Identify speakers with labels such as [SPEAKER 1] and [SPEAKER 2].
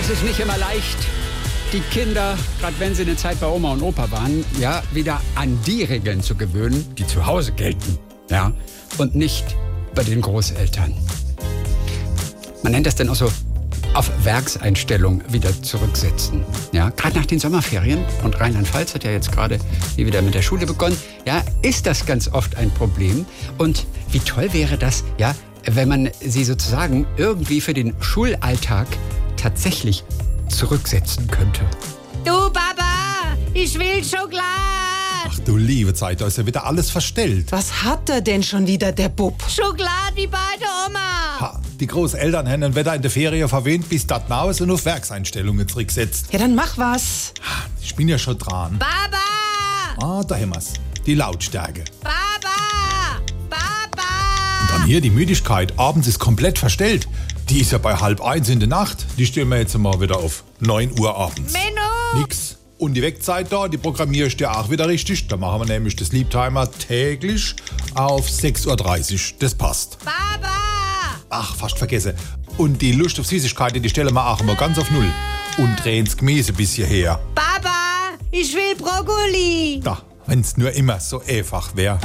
[SPEAKER 1] es ist nicht immer leicht, die Kinder, gerade wenn sie eine Zeit bei Oma und Opa waren, ja, wieder an die Regeln zu gewöhnen, die zu Hause gelten. Ja, und nicht bei den Großeltern. Man nennt das dann auch so auf Werkseinstellung wieder zurücksetzen. Ja, gerade nach den Sommerferien und Rheinland-Pfalz hat ja jetzt gerade hier wieder mit der Schule begonnen. Ja, ist das ganz oft ein Problem und wie toll wäre das, ja, wenn man sie sozusagen irgendwie für den Schulalltag tatsächlich zurücksetzen könnte.
[SPEAKER 2] Du Baba, ich will Schokolade.
[SPEAKER 3] Ach du liebe Zeit, da ist ja wieder alles verstellt.
[SPEAKER 4] Was hat er denn schon wieder, der Bub?
[SPEAKER 2] Schokolade wie bei der Oma.
[SPEAKER 3] Ha, die Großeltern haben ein Wetter in der Ferie verwöhnt, bis das Maus und auf Werkseinstellungen zurücksetzt.
[SPEAKER 4] Ja, dann mach was.
[SPEAKER 3] Ich bin ja schon dran.
[SPEAKER 2] Baba,
[SPEAKER 3] Ah, da haben wir's. Die Lautstärke.
[SPEAKER 2] Baba, Baba.
[SPEAKER 3] Dann hier die Müdigkeit. Abends ist komplett verstellt. Die ist ja bei halb eins in der Nacht. Die stellen wir jetzt mal wieder auf 9 Uhr abends.
[SPEAKER 2] Menno.
[SPEAKER 3] Nix. Und die Wegzeit da, die programmierst du ja auch wieder richtig. Da machen wir nämlich das Sleeptimer täglich auf 6.30 Uhr. Das passt.
[SPEAKER 2] Baba,
[SPEAKER 3] Ach, fast vergesse. Und die Lust auf Süßigkeiten, die stellen wir auch immer ganz auf Null. Und drehen's Gemüse bis hierher.
[SPEAKER 2] Baba, ich will Brokkoli.
[SPEAKER 3] Da, wenn's nur immer so einfach wäre.